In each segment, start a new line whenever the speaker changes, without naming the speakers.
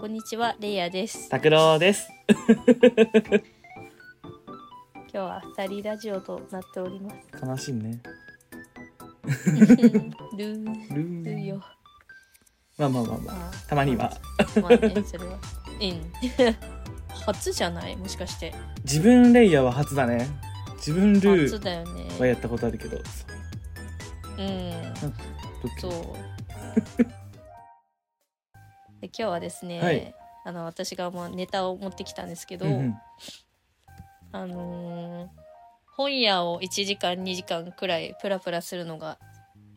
こんにちは、レイヤです。
拓郎です。
今日は二人ラジオとなっており ます。
悲しいね。
ルー
ル
ルーよ。
まあまあまあまあ。
ま
たまには。
あ、まあね、それは。うん。 初じゃないもしかして。
自分レイヤーは初だね。自分ル
初
ー
だよ
は
ね。
やったことあるけど。
うん。
どっ
そ
ち
う。で今日はですね、
はい
あの私がまあネタを持ってきたんですけど、
うんうん
あのー本屋を1時間2時間くらいプラプラするのが、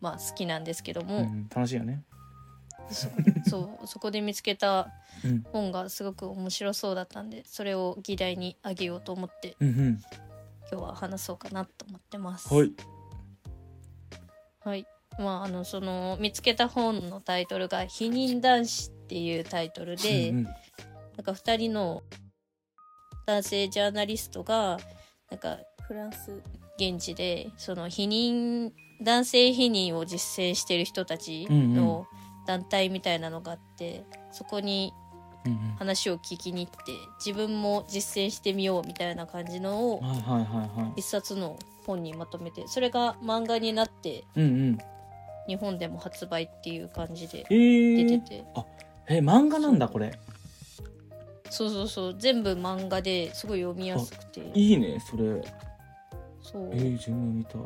まあ、好きなんですけど
うんう
も、
ん楽しいよね。
そそうそこで見つけた
うん
本がすごく面白そうだったんでそれを議題にあげようと思って
うん
今日は話そうかなと思ってます。
うん。はい。
はいまあ、あのその見つけた本のタイトルが「否認男子」っていうタイトルで、
うんうん
なんか2人の男性ジャーナリストがなんか
フランス
現地でその否認男性否認を実践してる人たちの団体みたいなのがあって、そこに
うんうん
話を聞きに行って自分も実践してみようみたいな感じのを
はいはいはいは
一冊の本にまとめてそれが漫画になって
い。うんうん。
日本でも発売っていう感じで
え
出てて、
ー、え漫画なんだこれ。
そうそうそう全部漫画ですごい読みやすくて
いいねそれ。
そう
え、ー、自分みた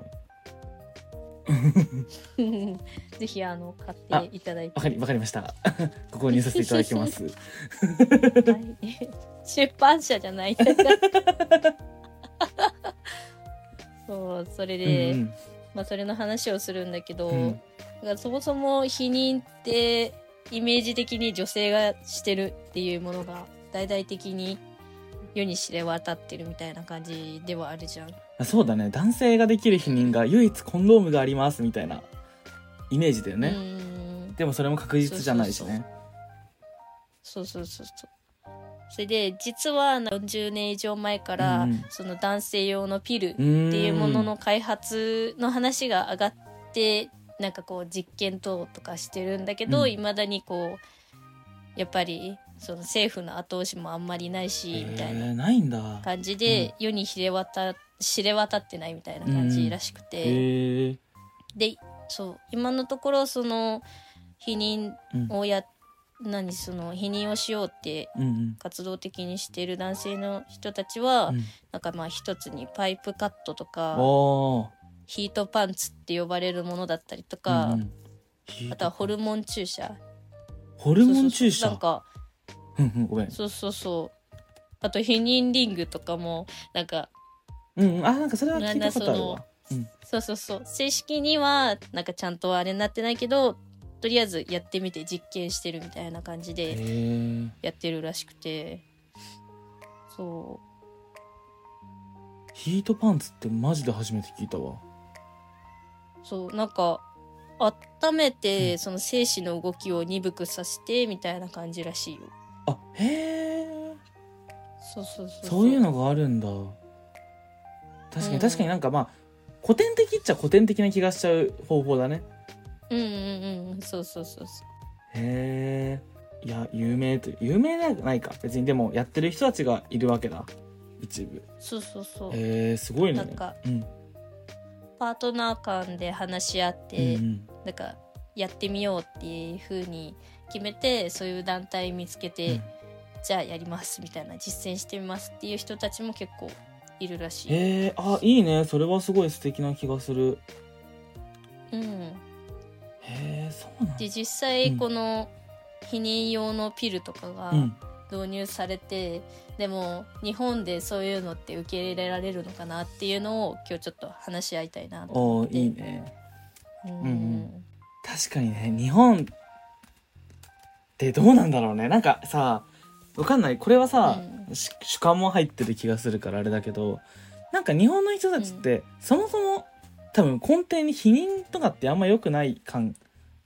い。
ぜひあの買っていただいて、
わかりわかりました。 ここにさせていただき ます。
はい、 出版社じゃない そうそれ
う
で、
ん
まあ、それの話をするんだけど、
うん
だからそもそも避妊ってイメージ的に女性がしてるっていうものが大々的に世に知れ渡ってるみたいな感じではあるじゃん。
うん。そうだね男性ができる否認が唯一コンドームがありますみたいなイメージだよね。
うーん
でもそれも確実じゃないしね。
そうそうそうそう。それで実は40年以上前から、
うん
その男性用のピル
うーん
っていうものの開発の話が上がってなんかこう実験等とかしてるんだけど
うん
いま、未だにこうやっぱりその政府の後押しもあんまりないしみたい
え
な
ーないんだ。
感じで世に知れ渡知れ渡ってないみたいな感じらしくて、
えー
でそう今のところその否認
うん
をや何その否認をしようって
うんうん
活動的にしてる男性の人たちは、
うん。
なんかまあ一つにパイプカットとか
おー
ヒートパンツって呼ばれるものだったりと
う
か、
んうんひ
あとはホルモン注射
ホルモン注
そうそうそうな
射
ん。か
うんうんごめん。
そうそうそうあと避妊リングとかもなんか
うんうんあなんかそれは聞いたことある
なん
わ。
そうそうそう正式にはなんかちゃんとあれになってないけどとりあえずやってみて実験してるみたいな感じ
え
で
ー
やってるらしくてそ
ヒートパンツってマジで初めて聞いたわ。
うそうなんか温めてその精子の動きを鈍くさせてみたいな感じらしいよ
あへえ。
そうそうそう
そういうのがあるんだ。確か
うん
に確かになんかまあ古典的っちゃ古典的な気がしちゃう方法だね。
うんうんうんそうそうそうそう
へえいや有名と有名ではないか別にでもやってる人たちがいるわけだ一部
そうそうそう、
へえすごいね
なんか
うん
パートナー間で話し合って、
うん
なんかやってみようっていう風に決めてそういう団体見つけて、
うん
じゃあやりますみたいな実践してみますっていう人たちも結構いるらしい、
へえあいいねそれはすごい素敵な気がする
うん、
へえそうなんだ
で実際
うん
この避妊用のピルとかが
うん
導入されて、でも日本でそういうのって受け入れられるのかなっていうのを今日ちょっと話し合いたいなと
お
思っ
ー
て
いいね
うん
うんうん確かにね日本ってどうなんだろうねなんかさわかんないこれはさ、し主観も入ってる気がするからあれだけどなんか日本の人たちって、そもそも多分根底に否認とかってあんま良くない感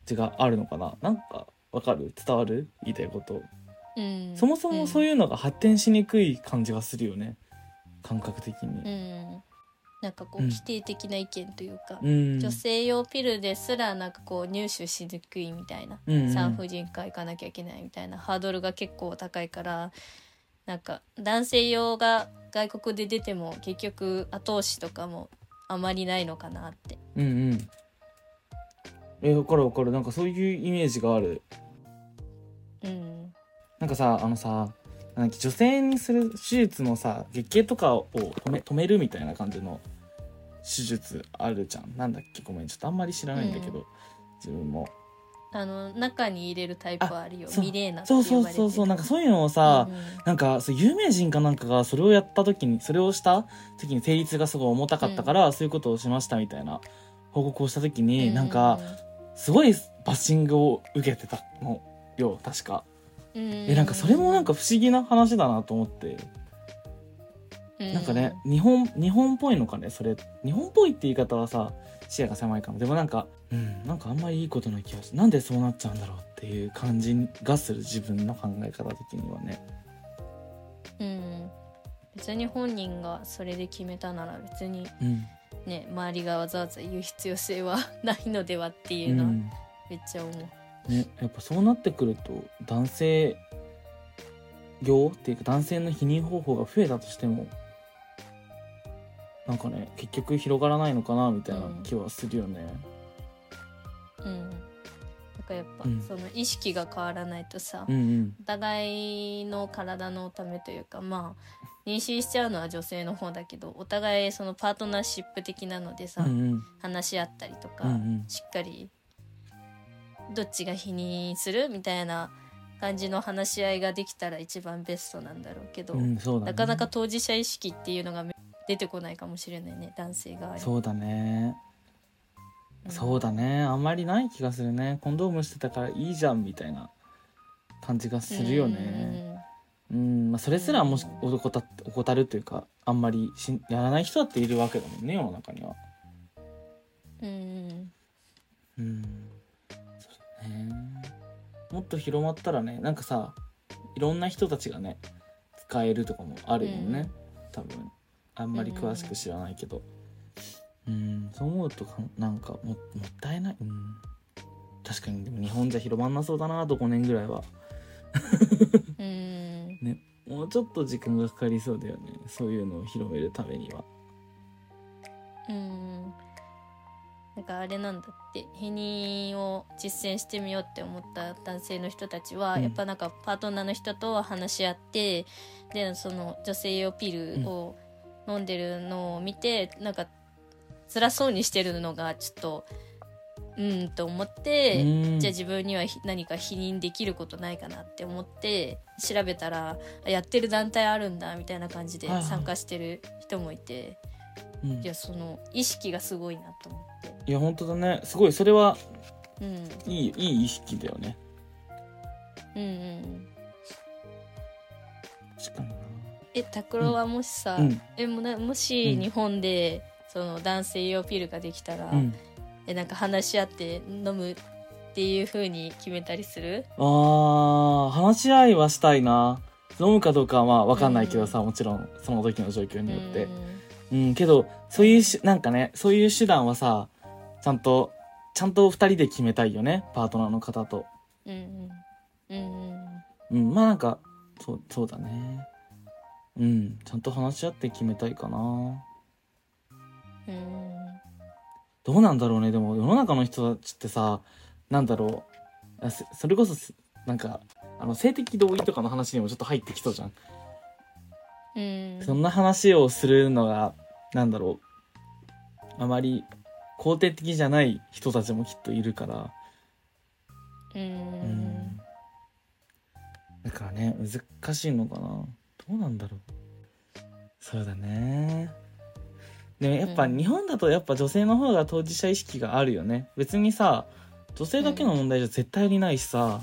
じがあるのかななんかわかる伝わる言いたいこと
うん
そもそもそう
う
いうのが発展しにくい感じがするよね感覚的に、
ん、うんなんかこ
う
うん否定的な意見というか、
うん
女性用ピルですらなんかこう入手しにくいみたいな、
うんうん
産婦人科行かなきゃいけないみたいなハードルが結構高いからなんか男性用が外国で出ても結局後押しとかもあまりないのかなって。
うんうんえ分かる分かるなんかそういうイメージがある
うん
なんかさあのさなんか女性にする手術のさ月経とかを止め止めるみたいな感じの手術あるじゃんなんだっけごめんちょっとあんまり知らないんだけど、自分も
あの中に入れるタイプはあるよ
あそう
ミレーナって
そう
呼
そう
ばれて
そうそうなん
か
かそういうのをさ、なんかそう有名人かなんかがそれをやった時にそれをした時に生理痛がすごい重たかったから、そういうことをしましたみたいな報告をした時に、なんかすごいバッシングを受けてたのよ確か、えなんかそれもなんか、不思議な話だなと思って
う
なんかね、日本日本っぽいのかねそれ日本っぽいって言い方はさ視野が狭いかもでもなんかうんなんかあんまりいいことない気がするなんでそうなっちゃうんだろうっていう感じがする自分の考え方的にはね
うん、別に本人がそれで決めたなら別に
うん、
ね周りがわざわざ言う必要性はないのではっていう
う
のは
ん
めっちゃ思う、
ね、やっぱそうなってくると男性用っていうか男性の避妊方法が増えたとしてもなんかね結局広がらないのかなみたいな気はするよね。
うん、だからやっぱ、
うん
その意識が変わらないとさ、
うん、うん
お互いの体のためというかまあ妊娠しちゃうのは女性の方だけどお互いそのパートナーシップ的なので
う
さ、
んうん
話し合ったりとか、
うんうん
しっかりどっちが否認するみたいな感じの話し合いができたら一番ベストなんだろうけど、
うんそうだね
なかなか当事者意識っていうのがめ出てこないかもしれないね男性側に
そうだね
うん
そうだねあんまりない気がするねコンドームしてたからいいじゃんみたいな感じがするよねうんまあ、それすらもし
う
怠った怠るというかあんまりしんやらない人だっているわけだもんね世の中には
うんうん
うんそうだねもっと広まったらねなんかさいろんな人たちがね使えるとかもあるよね、多分あんまり詳しく知らないけどうんそう思うとかなんかももったいない、うん、確かにでも日本じゃ広まんなそうだなあと5年ぐらいは
うんうん
もうちょっと時間がかかりそうだよねそういうのを広めるためには
うんなんかあれなんだって避妊を実践してみようって思った男性の人たちは、
うん
やっぱなんかパートナーの人と話し合ってでその女性用ピルを飲んでるのを見て、なんか辛そうにしてるのがちょっとうんと思って、
うん
じゃあ自分にはひ何か否認できることないかなって思って調べたらあやってる団体あるんだみたいな感じで
はいはい
参加してる人もいて、い
うんい
やその意識がすごいなと思っ
や本当だねすごいそれは
て、うん、
いいいい意識だよね
うんうんうん
確かにな
え拓郎はもしさ、
うん
えもなもし
うん
日本で、その男性用ピルができたら、
うん
えなんか話し合って飲むっていう風に決めたりする
あー話し合いはしたいな飲むかどうかはまあ分かんないけどさ、もちろんその時の状況によってうん、けどそういうしなんかねそういう手段はさちゃんとちゃんと2人で決めたいよねパートナーの方と
うんうんうんうん
うんまあなんかそうそうだねうんちゃんと話し合って決めたいかな
うんうん
どうなんだろうねでも世の中の人たちってさなんだろうあせそれこそすなんかあの性的同意とかの話にもちょっと入ってきそうじゃん
うん
そんな話をするのが、なんだろう。あまり肯定的じゃない人たちもきっといるから。
う
うんん。だからね、難しいのかな。どうなんだろう。そうだね。でもやっぱ
うん
日本だとやっぱ女性の方が当事者意識があるよね。別にさ、女性だけの問題じゃ絶対にないしさ、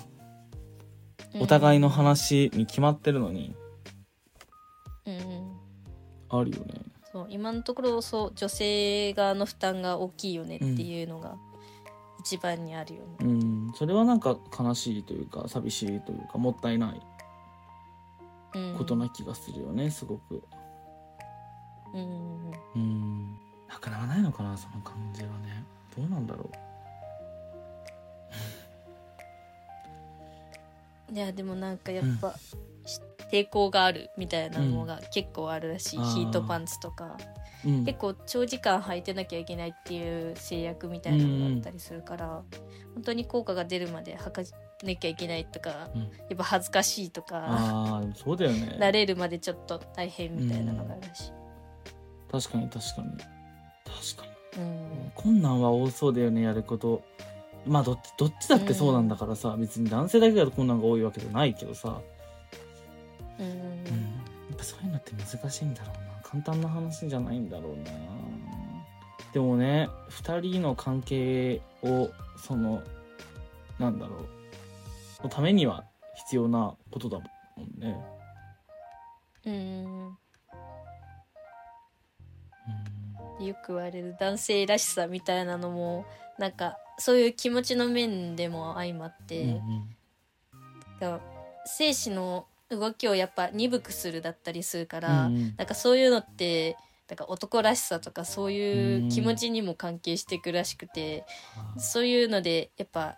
お互いの話に決まってるのに、
うんうん
あるよね。
そう今のところそう女性側の負担が大きいよねっていうのが一番にあるよね、
うん、それはなんか悲しいというか寂しいというかもったいない
うん
ことな気がするよね、すごく。
うんうんうん
うん、なくならないのかなその感じはねどうなんだろ
いやでもなんかやっぱ、し抵抗があるみたいなのが結構あるらしい、
あー
ヒートパンツとか
う、うん、
結構長時間履いてなきゃいけないっていう制約みたいなのがあったりするから、本当に効果が出るまで履かなきゃいけないとか、
うん
やっぱ恥ずかしいとか、
ああでもそうだよね
慣れるまでちょっと大変みたいなのがあるし、
確かに確かに確かに
うん
困難は多そうだよねやることまあどっちどっちだってそうなんだからさ、別に男性だけが困難が多いわけじゃないけどさ、
うん
うん、やっぱそういうのって難しいんだろうな簡単な話じゃないんだろうなでもね2人の関係をそのなんだろうのためには必要なことだもんね、
うん
うん
よく言われる男性らしさみたいなのもなんかそういう気持ちの面でも相まって。
うん
が精子の動きをやっぱ鈍くするだったりするか
う
ら、
んうん
なんかそういうのってなんか男らしさとかそういう気持ちにも関係してくらしくて、そういうのでやっぱ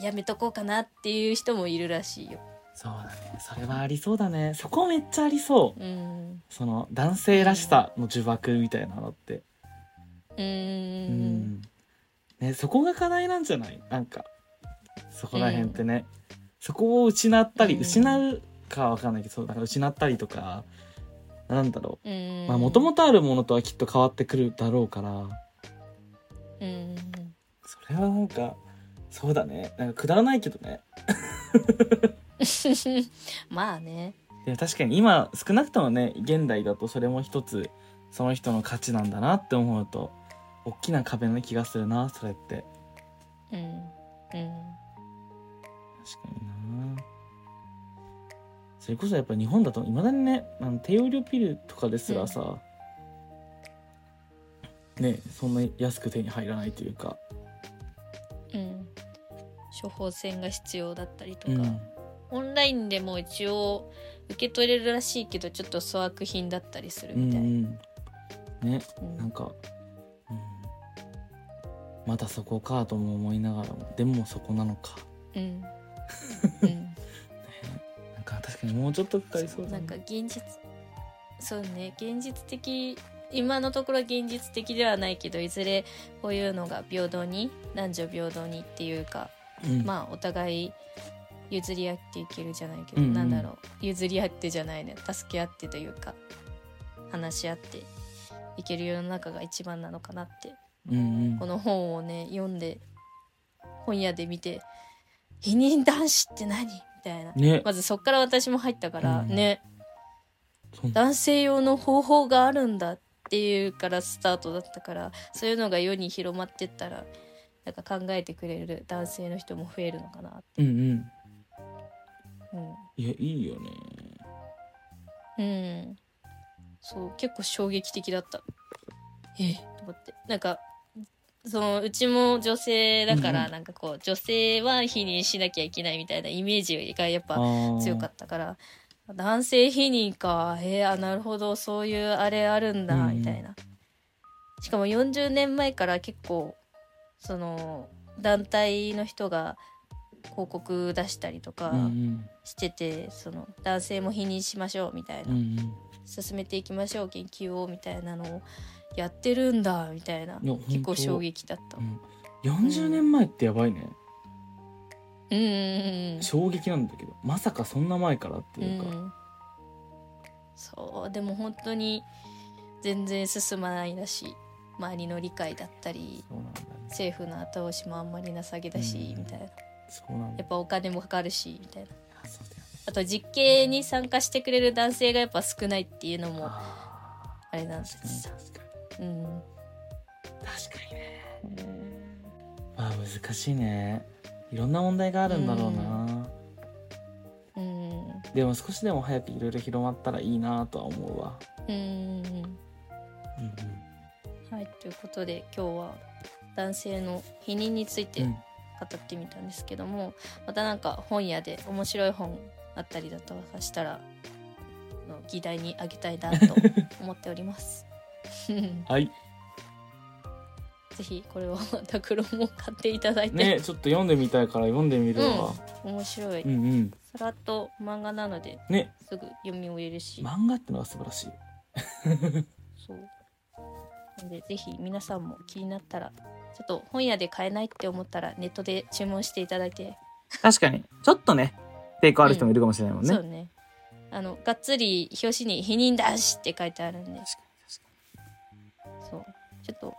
やめとこうかなっていう人もいるらしいよ。
そうだねそれはありそうだねそこめっちゃありそ
う
う
ん
その男性らしさの呪縛みたいなのって
う
うんね、そこが課題なんじゃないなんかそこら辺ってね、そこを失ったり、
うん
失うかわかんないけどそうだから失ったりとかなんだろ
うん
うもともとあるものとはきっと変わってくるだろうから
うん
それはなんかそうだねなんかくだらないけどね
まあね。
でも確かに今少なくともね現代だとそれも一つその人の価値なんだなって思うと大きな壁な気がするなそれって
うんうん
確かになそれこそやっぱ日本だといまだにねあの低用量ピルとかですらさ、ねそんな安く手に入らないというか、
うん、処方箋が必要だったりと
う
か。
ん、
オンラインでも一応受け取れるらしいけどちょっと粗悪品だったりする
う
み
ん
たいな、
うんね
うん
なんか、うん、またそこかとも思いながらもでもそこなのか
うんうん
なんか確かにもうちょっと かかりそうだ
なん
ね
か現実そうね現実的今のところ現実的ではないけどいずれこういうのが平等に男女平等にっていうか、
うん
まあお互い譲り合っていけるじゃないけど、
うんうん
なんだろう譲り合ってじゃないね助け合ってというか話し合っていける世の中が一番なのかなって
うんうん
この本をね読んで本屋で見て「避妊男子って何?」みたいな、
ね
まずそっから私も入ったから、
うん
ね
そん
男性用の方法があるんだっていうからスタートだったからそういうのが世に広まってったらなんか考えてくれる男性の人も増えるのかな
うんうん
うん、
いやいいよね
うん、そう結構衝撃的だったええと思ってなんかそのうちも女性だか
うん
ら、
うん
なんかこう女性は否認しなきゃいけないみたいなイメージがやっぱ強か
た
ったから男性否認かえー、あなるほどそういうあれあるん
うん
だ
うん
みたいな、しかも40年前から結構その団体の人が広告出したりとか
うん
してて、その男性も否認しましょうみたい
うんう
な、
ん
進めていきましょう研究をみたいなのをやってるんだみたいない
やほんと
結構衝撃だった、
うん40年前ってやばいね、
うんうん
衝撃なんだけどまさかそんな前からって
うんう
いうか、
んそうでも本当に全然進まないらしい周りの理解だったり
そうなんだね
政府の後押しもあんまり情けだし、
うん
みたいな
そうなんだ
やっぱお金もかかるしみたいな
あそうだよね
あと実験に参加してくれる男性がやっぱ少ないっていうのもあ
あ
れなんで
ー確かに
す、
確か
うん、
に確かにねまあ難しいねいろんな問題があるんだろうな、
うん
でも少しでも早くいろいろ広まったらいいなとは思うわ、
うん
うんうん
はい、ということで今日は男性の否認について語ってみたんですけども、またなんか本屋で面白い本あったりだとかしたら あ の議題にあげたいなと思っております。
はい
ぜひこれは拓郎も買っていただいて、
ねちょっと読んでみたいから読んでみるわ、
面白い、
うん、うん
さらっと漫画なので
ね
すぐ読み終えるし、
漫画ってのは素晴らしい
そうなのでぜひ皆さんも気になったらちょっと本屋で買えないって思ったらネットで注文していただいて、
確かにちょっとね抵抗ある人もいるかもしれないもんね、
そうねあのがっつり表紙に「否認だし」って書いてあるんで
確かに確か
そうちょっと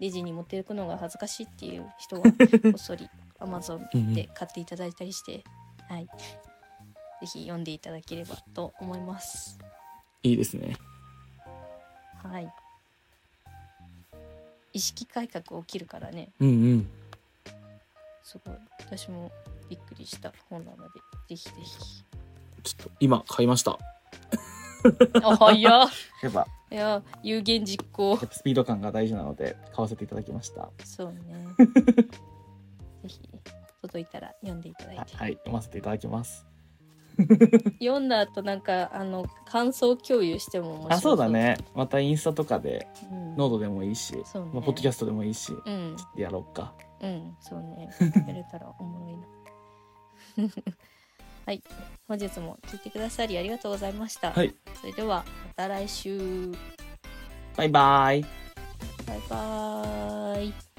レジに持っていくのが恥ずかしいっていう人はこっそり Amazon で買っていただいたり して、はい、ぜひ読んでいただければと思います。
にいいですね
はい意識改革起きるからね
うんうん
すごい私もびっくりした本なのでぜひぜひ
ちょっと今買いました
あ早っいや
やっぱ
いや有言実行
やっぱスピード感が大事なので買わせていただきました
そうね ぜひ届いたら読んでいただい
は
て
はい読ませていただきます
読んだ後なんかあの感想共有しても面白
あそうだ、ねまたインスタとかで
うん、
ノートでもいいし、
そうね
まあ、ポッドキャストでもいいし
うん
やろうか
うんそうねやれたらおもろいな はい本日も聞いてくださりありがとうございました、
はい
それではまた来週
バイバイ
バイバーイ